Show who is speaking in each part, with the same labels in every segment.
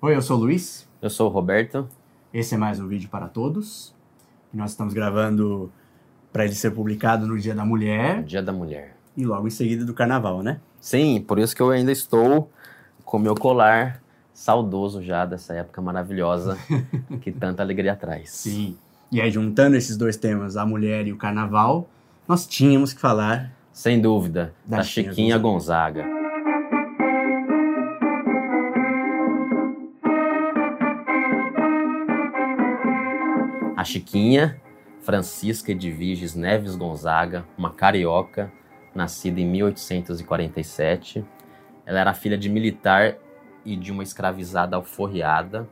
Speaker 1: Oi, eu sou o Luiz.
Speaker 2: Eu sou o Roberto.
Speaker 1: Esse é mais um vídeo para todos. Nós estamos gravando para ele ser publicado no Dia da Mulher
Speaker 2: Dia da Mulher.
Speaker 1: e logo em seguida do Carnaval, né?
Speaker 2: Sim, por isso que eu ainda estou com meu colar saudoso já dessa época maravilhosa que tanta alegria traz.
Speaker 1: Sim. E aí, juntando esses dois temas, a mulher e o Carnaval, nós tínhamos que falar.
Speaker 2: Sem dúvida,
Speaker 1: Da
Speaker 2: da,
Speaker 1: Chiquinha
Speaker 2: Chiquinha Gonzaga. A Chiquinha Francisca de Viges Neves Gonzaga, uma carioca, nascida em 1847. Ela era filha de militar e de uma escravizada alforriada.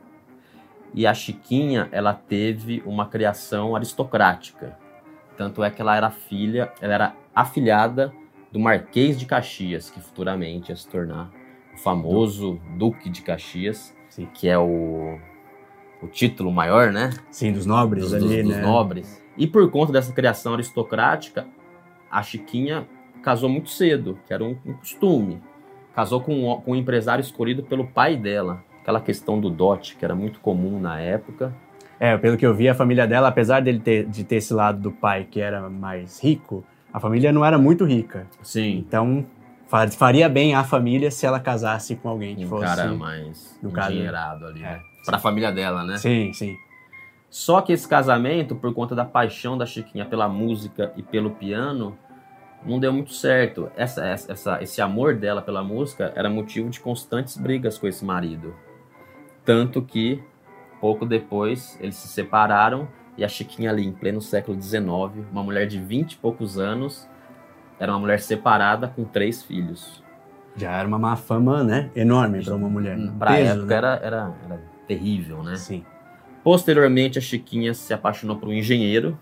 Speaker 2: E a Chiquinha, ela teve uma criação aristocrática. Tanto é que ela era filha, ela era afilhada do Marquês de Caxias, que futuramente ia se tornar o famoso Duque de Caxias,
Speaker 1: Sim.
Speaker 2: que é o, o título maior, né?
Speaker 1: Sim, dos nobres
Speaker 2: dos,
Speaker 1: ali,
Speaker 2: dos- dos
Speaker 1: né?
Speaker 2: nobres. E por conta dessa criação aristocrática, a Chiquinha casou muito cedo, que era um, um costume. Casou com, um ho- com um empresário escolhido pelo pai dela. Aquela questão do dote, que era muito comum na época.
Speaker 1: É, pelo que eu vi, a família dela, apesar dele ter, de ter esse lado do pai que era mais rico, a família não era muito rica.
Speaker 2: Sim.
Speaker 1: Então, fa- faria bem à família se ela casasse com alguém que
Speaker 2: Um
Speaker 1: fosse.
Speaker 2: cara mais
Speaker 1: um cara-
Speaker 2: endinheirado ali, né?
Speaker 1: É.
Speaker 2: Pra família dela, né?
Speaker 1: Sim, sim.
Speaker 2: Só que esse casamento, por conta da paixão da Chiquinha pela música e pelo piano, não deu muito certo. Essa, essa- essa- esse amor dela pela música era motivo de constantes brigas com esse marido. Tanto que, pouco depois, eles se separaram e a Chiquinha, ali em pleno século XIX, uma mulher de 20 e poucos anos, era uma mulher separada com três filhos.
Speaker 1: Já era uma má fama, né? Enorme para uma mulher. Um
Speaker 2: Pra
Speaker 1: peso,
Speaker 2: época
Speaker 1: né?
Speaker 2: era, era- era terrível, né?
Speaker 1: Sim.
Speaker 2: Posteriormente, a Chiquinha se apaixonou por um engenheiro.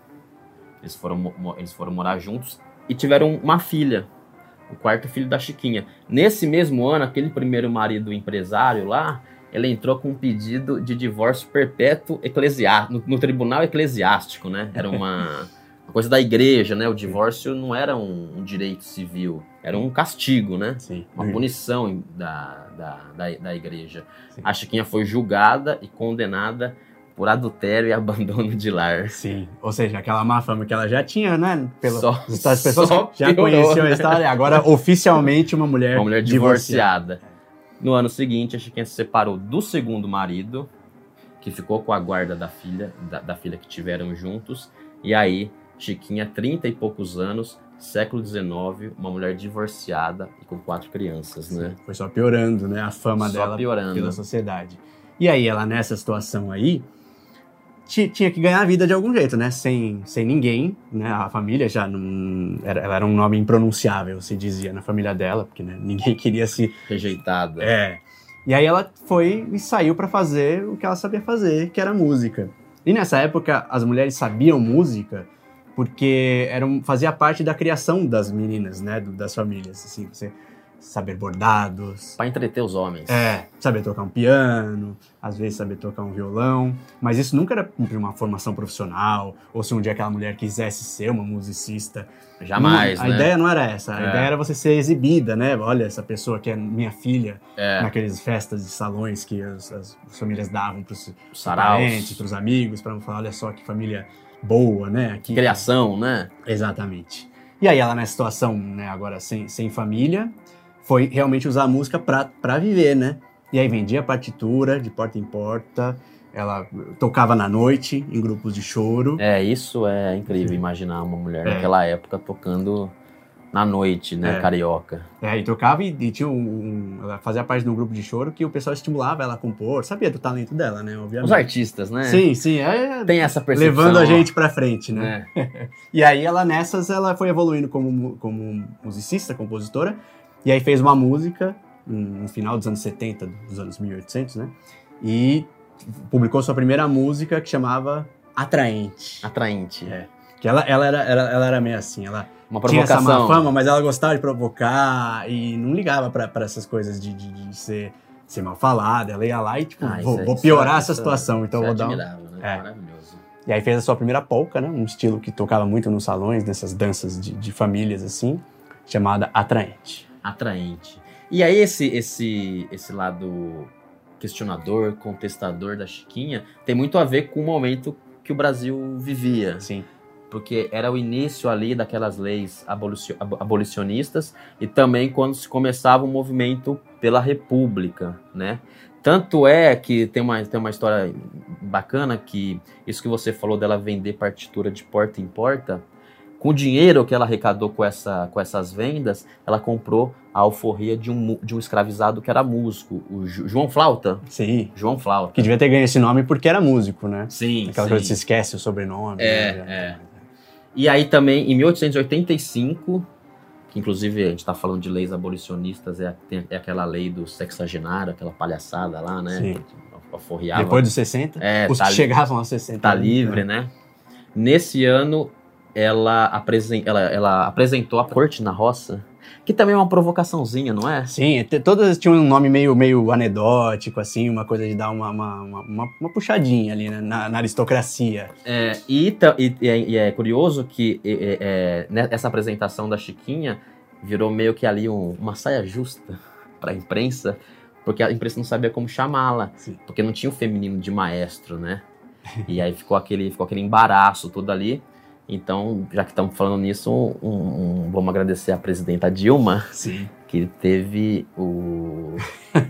Speaker 2: Eles foram, mo- mo- eles foram morar juntos e tiveram uma filha, o quarto filho da Chiquinha. Nesse mesmo ano, aquele primeiro marido empresário lá, ela entrou com um pedido de divórcio perpétuo eclesiá no, no tribunal eclesiástico, né? Era uma, uma coisa da igreja, né? O divórcio não era um, um direito civil, era um castigo, né?
Speaker 1: Sim.
Speaker 2: uma punição em- da, da, da, da igreja.
Speaker 1: Sim.
Speaker 2: A Chiquinha foi julgada e condenada por adultério e abandono de lar.
Speaker 1: Sim. Ou seja, aquela má fama que ela já tinha, né? Pelo...
Speaker 2: Só-
Speaker 1: As pessoas
Speaker 2: só
Speaker 1: já
Speaker 2: piorou,
Speaker 1: conheciam a
Speaker 2: né?
Speaker 1: história. Agora, oficialmente, uma mulher,
Speaker 2: Uma mulher divorciada. No ano seguinte, a Chiquinha se separou do segundo marido, que ficou com a guarda da filha, da, da filha que tiveram juntos. E aí, Chiquinha, 30 e poucos anos, século XIX, uma mulher divorciada e com quatro crianças, né?
Speaker 1: Foi só piorando, né? A fama
Speaker 2: Só
Speaker 1: dela
Speaker 2: piorando.
Speaker 1: pela sociedade. E aí, ela nessa situação aí, ti- tinha que ganhar a vida de algum jeito, né? Sem, sem ninguém, né? A família já não... Era, ela era um nome impronunciável, se dizia, na família dela. Porque né, ninguém queria se
Speaker 2: Rejeitada.
Speaker 1: É. E aí ela foi e saiu pra fazer o que ela sabia fazer, que era música. E nessa época as mulheres sabiam música porque eram, fazia parte da criação das meninas, né, do- das famílias, assim, você saber bordados,
Speaker 2: Pra entreter os homens.
Speaker 1: é, saber tocar um piano, às vezes saber tocar um violão, mas isso nunca era de uma formação profissional, ou se um dia aquela mulher quisesse ser uma musicista,
Speaker 2: Jamais,
Speaker 1: não, a
Speaker 2: né?
Speaker 1: ideia não era essa. A
Speaker 2: É.
Speaker 1: ideia era você ser exibida, né? Olha, essa pessoa que é minha filha.
Speaker 2: É.
Speaker 1: Naqueles festas de salões que as, as famílias davam pros parentes,
Speaker 2: Saraus.
Speaker 1: pros amigos, pra falar, olha só que família boa, né? Aqui.
Speaker 2: Criação, né?
Speaker 1: Exatamente. E aí ela nessa situação, né, agora sem, sem família, foi realmente usar a música pra, pra viver, né? E aí vendia partitura de porta em porta, ela tocava na noite em grupos de choro.
Speaker 2: É, isso é incrível, imaginar uma mulher
Speaker 1: É.
Speaker 2: naquela época tocando na noite, né,
Speaker 1: É.
Speaker 2: carioca.
Speaker 1: É, e tocava e, e tinha um, um- Ela fazia parte de um grupo de choro que o pessoal estimulava ela a compor. Sabia do talento dela, né?
Speaker 2: Os
Speaker 1: Obviamente.
Speaker 2: artistas, né?
Speaker 1: Sim, sim. É,
Speaker 2: Tem essa percepção.
Speaker 1: levando a gente pra frente, né?
Speaker 2: né?
Speaker 1: E aí ela nessas, ela foi evoluindo como, mu- como musicista, compositora. E aí fez uma música hum, no final dos anos 70, dos anos 1800, né? E publicou sua primeira música que chamava Atraente.
Speaker 2: Ah. Atraente.
Speaker 1: É. Que ela, ela, era, ela, ela era meio assim, ela
Speaker 2: Uma
Speaker 1: tinha essa má
Speaker 2: provocação.
Speaker 1: fama, mas ela gostava de provocar e não ligava pra pra essas coisas de, de, de ser, ser mal falada. Ela ia lá e, tipo,
Speaker 2: Ah, isso
Speaker 1: vou,
Speaker 2: é-
Speaker 1: vou
Speaker 2: isso
Speaker 1: piorar
Speaker 2: é-
Speaker 1: essa
Speaker 2: isso é-
Speaker 1: situação, então
Speaker 2: Isso é
Speaker 1: vou dar um...
Speaker 2: admirável, né?
Speaker 1: É.
Speaker 2: Maravilhoso.
Speaker 1: E aí fez a sua primeira polca, né? Um estilo que tocava muito nos salões, nessas danças de, de famílias, assim, chamada Atraente.
Speaker 2: Atraente. E aí esse, esse, esse lado questionador, contestador da Chiquinha, tem muito a ver com o momento que o Brasil vivia.
Speaker 1: Sim.
Speaker 2: Porque era o início ali daquelas leis abolicio- ab- abolicionistas e também quando se começava o movimento pela República, né? Tanto é que tem uma, tem uma história bacana que isso que você falou dela vender partitura de porta em porta, com o dinheiro que ela arrecadou com, essa, com essas vendas, ela comprou a alforria de um, mu- de um escravizado que era músico, o Ju- João Flauta.
Speaker 1: Sim.
Speaker 2: João Flauta.
Speaker 1: Que devia ter ganho esse nome porque era músico, né?
Speaker 2: Sim,
Speaker 1: Aquela
Speaker 2: sim.
Speaker 1: coisa que se esquece o sobrenome.
Speaker 2: É,
Speaker 1: né?
Speaker 2: é. E aí também, em 1885, que inclusive a gente está falando de leis abolicionistas, é, a- tem- é aquela lei do sexagenário, aquela palhaçada lá, né?
Speaker 1: Sim.
Speaker 2: Que Alforriava.
Speaker 1: Depois dos 60,
Speaker 2: é,
Speaker 1: os
Speaker 2: tá
Speaker 1: que
Speaker 2: li-
Speaker 1: chegavam aos 60.
Speaker 2: tá
Speaker 1: né?
Speaker 2: livre, né? Nesse ano, ela, apresen- ela, ela apresentou a corte na roça, que também é uma provocaçãozinha, não é?
Speaker 1: Sim, te- todas tinham um nome meio, meio anedótico, assim, uma coisa de dar uma, uma, uma, uma- uma puxadinha ali né, na, na aristocracia.
Speaker 2: É, e, ta- e- e é, e é curioso que e- e- é, né, essa apresentação da Chiquinha virou meio que ali um- uma saia justa para a imprensa, porque a imprensa não sabia como chamá-la,
Speaker 1: Sim.
Speaker 2: porque não tinha o feminino de maestro, né? E aí ficou aquele, ficou aquele embaraço todo ali. Então, já que estamos falando nisso, um- um- vamos agradecer à presidenta Dilma,
Speaker 1: Sim.
Speaker 2: que teve o-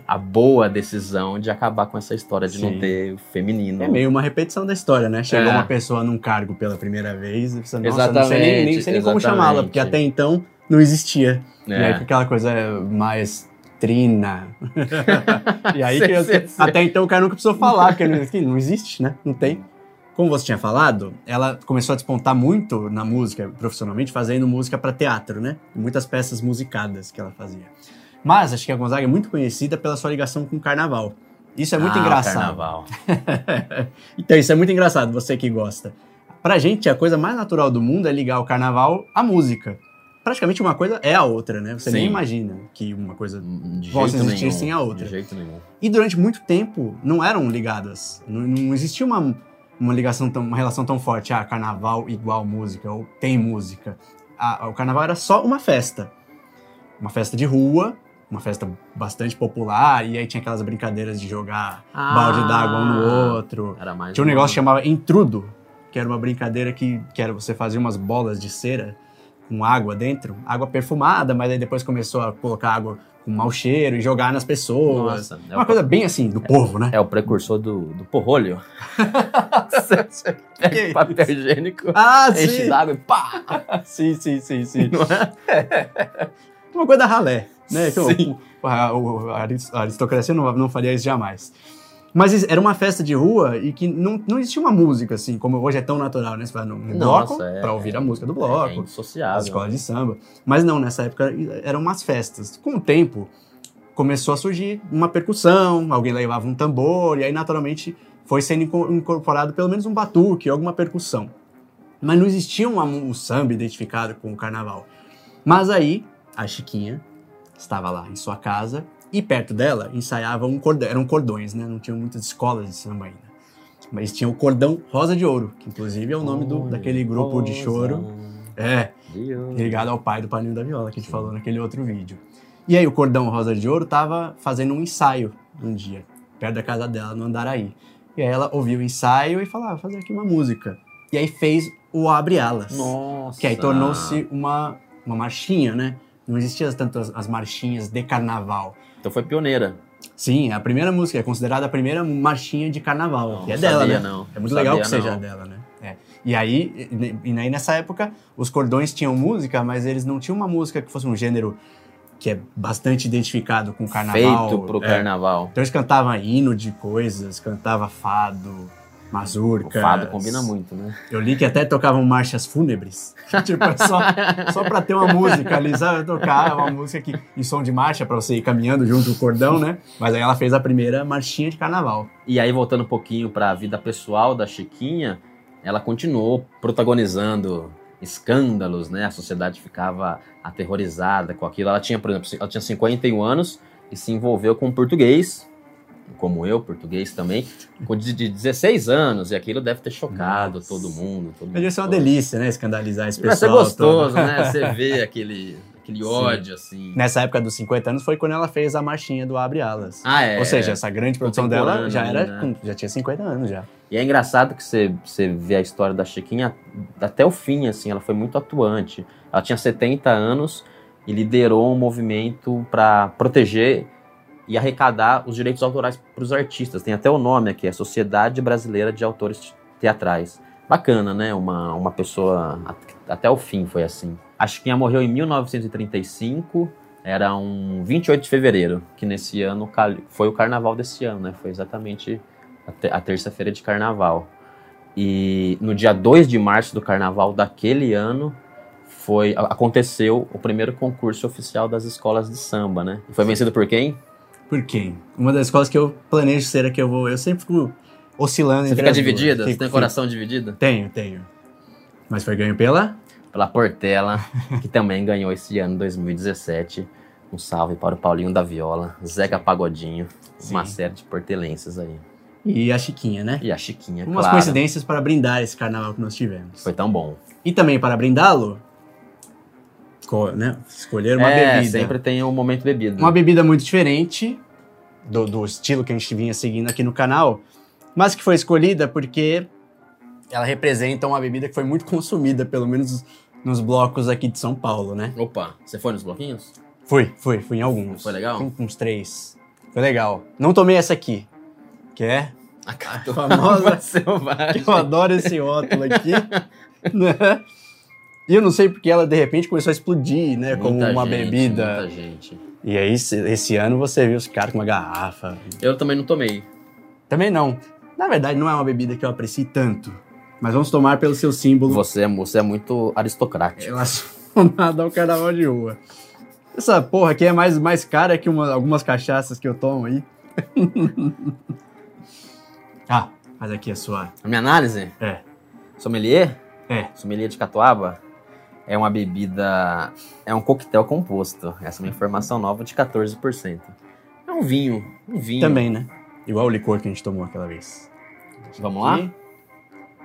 Speaker 2: a boa decisão de acabar com essa história de
Speaker 1: Sim.
Speaker 2: não ter o feminino.
Speaker 1: É meio uma repetição da história, né? Chegou
Speaker 2: É.
Speaker 1: uma pessoa num cargo pela primeira vez e você, nossa, não sei nem,
Speaker 2: Exatamente,
Speaker 1: nem, sei nem como
Speaker 2: exatamente.
Speaker 1: chamá-la, porque até então não existia. E aí
Speaker 2: É.
Speaker 1: fica aquela coisa mais trina. e aí que eu-
Speaker 2: Cê- cê-
Speaker 1: até então o cara nunca precisou falar, porque não, que não existe, né? Não tem. Como você tinha falado, ela começou a despontar muito na música, profissionalmente, fazendo música para teatro, né? Muitas peças musicadas que ela fazia. Mas acho que a Gonzaga é muito conhecida pela sua ligação com o carnaval. Isso é muito
Speaker 2: Ah, o
Speaker 1: engraçado.
Speaker 2: Carnaval.
Speaker 1: então, isso é muito engraçado, você que gosta. Pra gente, a coisa mais natural do mundo é ligar o carnaval à música. Praticamente uma coisa é a outra, né? Você nem
Speaker 2: Sim.
Speaker 1: imagina que uma coisa.
Speaker 2: De
Speaker 1: Possa
Speaker 2: jeito
Speaker 1: existir
Speaker 2: nenhum.
Speaker 1: sem a outra.
Speaker 2: De jeito nenhum.
Speaker 1: E durante muito tempo não eram ligadas. Não, não existia uma, uma ligação, tão, uma relação tão forte. Ah, carnaval igual música, ou tem música. Ah, o carnaval era só uma festa. Uma festa de rua, uma festa bastante popular, e aí tinha aquelas brincadeiras de jogar balde d'água um
Speaker 2: Ah.
Speaker 1: no outro.
Speaker 2: Era mais
Speaker 1: Tinha um negócio que chamava Entrudo, que era uma brincadeira que, que era você fazia umas bolas de cera com água dentro, água perfumada, mas aí depois começou a colocar água com mau cheiro e jogar nas pessoas.
Speaker 2: Nossa, é
Speaker 1: uma
Speaker 2: o,
Speaker 1: coisa bem assim, do povo, né?
Speaker 2: é o precursor do, do porrolho.
Speaker 1: Que
Speaker 2: Pega
Speaker 1: isso?
Speaker 2: o papel higiênico,
Speaker 1: Ah,
Speaker 2: enche
Speaker 1: sim!
Speaker 2: d'água e pá!
Speaker 1: Sim, sim, sim, sim.
Speaker 2: Não é?
Speaker 1: Uma coisa da ralé, né? Que o-
Speaker 2: Sim.
Speaker 1: a, o- a aris- a aristocracia não, não faria isso jamais. Mas isso- era uma festa de rua e que não, não existia uma música assim, como hoje é tão natural, né? Você vai no, no bloco
Speaker 2: Nossa, é-
Speaker 1: pra ouvir a
Speaker 2: é-
Speaker 1: música do
Speaker 2: É
Speaker 1: bloco.
Speaker 2: insociável.
Speaker 1: as escolas de samba. Mas não, nessa época eram umas festas. Com o tempo, começou a surgir uma percussão, alguém levava um tambor, e aí naturalmente foi sendo inco- incorporado pelo menos um batuque, alguma percussão. Mas não existia uma- um samba identificado com o carnaval. Mas aí, a Chiquinha estava lá em sua casa, e perto dela ensaiavam um cordão, eram cordões, né? Não tinham muitas escolas de samba ainda. Mas tinha o cordão Rosa de Ouro, que inclusive é o nome do,
Speaker 2: Olha,
Speaker 1: daquele grupo de
Speaker 2: rosa
Speaker 1: choro. É,
Speaker 2: de ouro.
Speaker 1: ligado ao pai do Paninho da Viola, que a gente
Speaker 2: Sim.
Speaker 1: falou naquele outro vídeo. E aí o Cordão Rosa de Ouro tava fazendo um ensaio um dia, perto da casa dela, no Andaraí. E aí ela ouviu o ensaio e falou, ah, vou fazer aqui uma música. E aí fez o Abre Alas,
Speaker 2: Nossa.
Speaker 1: que aí tornou-se uma, uma marchinha, né? Não existiam tanto as, as marchinhas de carnaval.
Speaker 2: Então foi pioneira.
Speaker 1: Sim, é a primeira música, é considerada a primeira marchinha de carnaval,
Speaker 2: Não,
Speaker 1: que é
Speaker 2: não
Speaker 1: dela,
Speaker 2: sabia,
Speaker 1: né?
Speaker 2: Não.
Speaker 1: É muito
Speaker 2: Não
Speaker 1: legal que
Speaker 2: sabia,
Speaker 1: seja
Speaker 2: não.
Speaker 1: dela, né? É. E aí, e, e aí nessa época, os cordões tinham música, mas eles não tinham uma música que fosse um gênero que é bastante identificado com o um carnaval.
Speaker 2: Feito pro
Speaker 1: É.
Speaker 2: carnaval.
Speaker 1: Então eles cantavam hino de coisas, cantava fado,
Speaker 2: O
Speaker 1: mazurca.
Speaker 2: fado combina muito, né?
Speaker 1: Eu li que até tocavam marchas fúnebres. tipo, é só, só pra ter uma música ali, sabe? Tocar uma música que, em som de marcha pra você ir caminhando junto com o cordão, né? Mas aí ela fez a primeira marchinha de carnaval.
Speaker 2: E aí, voltando um pouquinho para a vida pessoal da Chiquinha, ela continuou protagonizando escândalos, né? A sociedade ficava aterrorizada com aquilo. Ela tinha, por exemplo, ela tinha 51 anos e se envolveu com um português como eu, português também, com de de 16 anos, e aquilo deve ter chocado
Speaker 1: Nossa.
Speaker 2: todo mundo. Todo mundo
Speaker 1: Deve ser uma
Speaker 2: ficou-
Speaker 1: delícia, né? Escandalizar esse
Speaker 2: Vai ser
Speaker 1: pessoal. todo.
Speaker 2: gostoso, né? Você vê aquele, aquele
Speaker 1: Sim. Né?
Speaker 2: ódio, assim.
Speaker 1: Nessa época dos 50 anos foi quando ela fez a marchinha do Abre Alas.
Speaker 2: Ah, é.
Speaker 1: Ou seja, essa grande produção dela
Speaker 2: Contemporânea
Speaker 1: já era,
Speaker 2: ainda, né?
Speaker 1: com- já tinha 50 anos já.
Speaker 2: E é engraçado que você, você vê a história da Chiquinha até o fim, assim, ela foi muito atuante. Ela tinha 70 anos e liderou um movimento para proteger e arrecadar os direitos autorais para os artistas. Tem até o nome aqui, é Sociedade Brasileira de Autores Teatrais. Bacana, né? Uma, uma pessoa at- até o fim foi assim. A Chiquinha morreu em 1935, era um 28 de fevereiro, que nesse ano cal- foi o carnaval desse ano, né? Foi exatamente a, te- a terça-feira de carnaval. E no dia 2 de março do carnaval daquele ano foi a- aconteceu o primeiro concurso oficial das escolas de samba, né? E foi vencido por quem?
Speaker 1: Por quem? Uma das coisas que eu planejo ser a que eu vou. Eu sempre fico oscilando
Speaker 2: Você
Speaker 1: entre
Speaker 2: fica
Speaker 1: as duas.
Speaker 2: dividida? Você
Speaker 1: Fico-
Speaker 2: tem coração dividido?
Speaker 1: Tenho, tenho. Mas foi ganho pela?
Speaker 2: Pela Portela, que também ganhou esse ano, 2017. Um salve para o Paulinho da Viola, Zeca Pagodinho, uma
Speaker 1: Sim.
Speaker 2: série de portelenses aí.
Speaker 1: E a Chiquinha, né?
Speaker 2: E a Chiquinha,
Speaker 1: Umas
Speaker 2: claro.
Speaker 1: coincidências para brindar esse carnaval que nós tivemos.
Speaker 2: Foi tão bom.
Speaker 1: E também para brindá-lo, co- né? escolher uma
Speaker 2: é,
Speaker 1: bebida.
Speaker 2: sempre tem um momento bebido.
Speaker 1: Uma bebida muito diferente do, do estilo que a gente vinha seguindo aqui no canal, mas que foi escolhida porque ela representa uma bebida que foi muito consumida, pelo menos nos blocos aqui de São Paulo, né?
Speaker 2: Opa, você foi nos bloquinhos?
Speaker 1: Fui, fui, fui em alguns.
Speaker 2: Foi legal?
Speaker 1: Fui em uns três. Foi legal. Não tomei essa aqui, que é.
Speaker 2: A catu-
Speaker 1: famosa-
Speaker 2: selvagem.
Speaker 1: Eu adoro esse rótulo aqui, né? E eu não sei porque ela de repente começou a explodir, né? como
Speaker 2: Muita
Speaker 1: uma
Speaker 2: gente,
Speaker 1: bebida.
Speaker 2: Muita gente.
Speaker 1: E aí, esse- esse ano você viu os caras com uma garrafa,
Speaker 2: Eu também não tomei.
Speaker 1: Também não. Na verdade, não é uma bebida que eu aprecie tanto. Mas vamos tomar pelo seu símbolo
Speaker 2: Você é, você é muito aristocrático.
Speaker 1: relacionado ao carnaval de rua. Essa porra aqui é mais, mais cara que uma- algumas cachaças que eu tomo aí. ah, faz aqui a sua.
Speaker 2: A minha análise?
Speaker 1: É.
Speaker 2: Sommelier?
Speaker 1: É.
Speaker 2: Sommelier de catuaba? É uma bebida. É um coquetel composto. Essa é uma informação nova de 14%. É um vinho. Um vinho.
Speaker 1: Também, né? Igual o licor que a gente tomou aquela vez.
Speaker 2: Vamos lá?
Speaker 1: Aqui.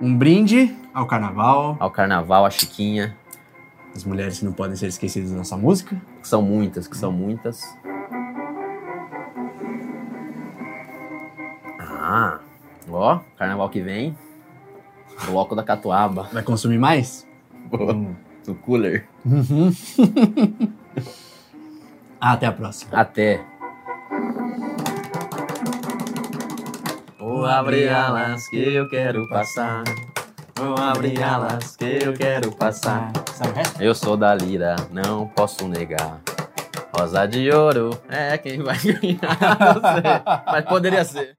Speaker 1: Um brinde ao carnaval.
Speaker 2: Ao carnaval, a Chiquinha.
Speaker 1: As mulheres que não podem ser esquecidas da nossa música.
Speaker 2: Que são muitas, que são
Speaker 1: Uhum.
Speaker 2: muitas. Ah, ó, carnaval que vem. Bloco da Catuaba.
Speaker 1: Vai consumir mais? Hum.
Speaker 2: No cooler.
Speaker 1: Uhum. ah, até a próxima.
Speaker 2: Até. Vou abrir alas que eu quero passar. Vou abrir alas que eu quero passar.
Speaker 1: Sabe o resto?
Speaker 2: Eu sou da lira, não posso negar. Rosa de ouro é quem vai ganhar. Não sei, mas poderia ser.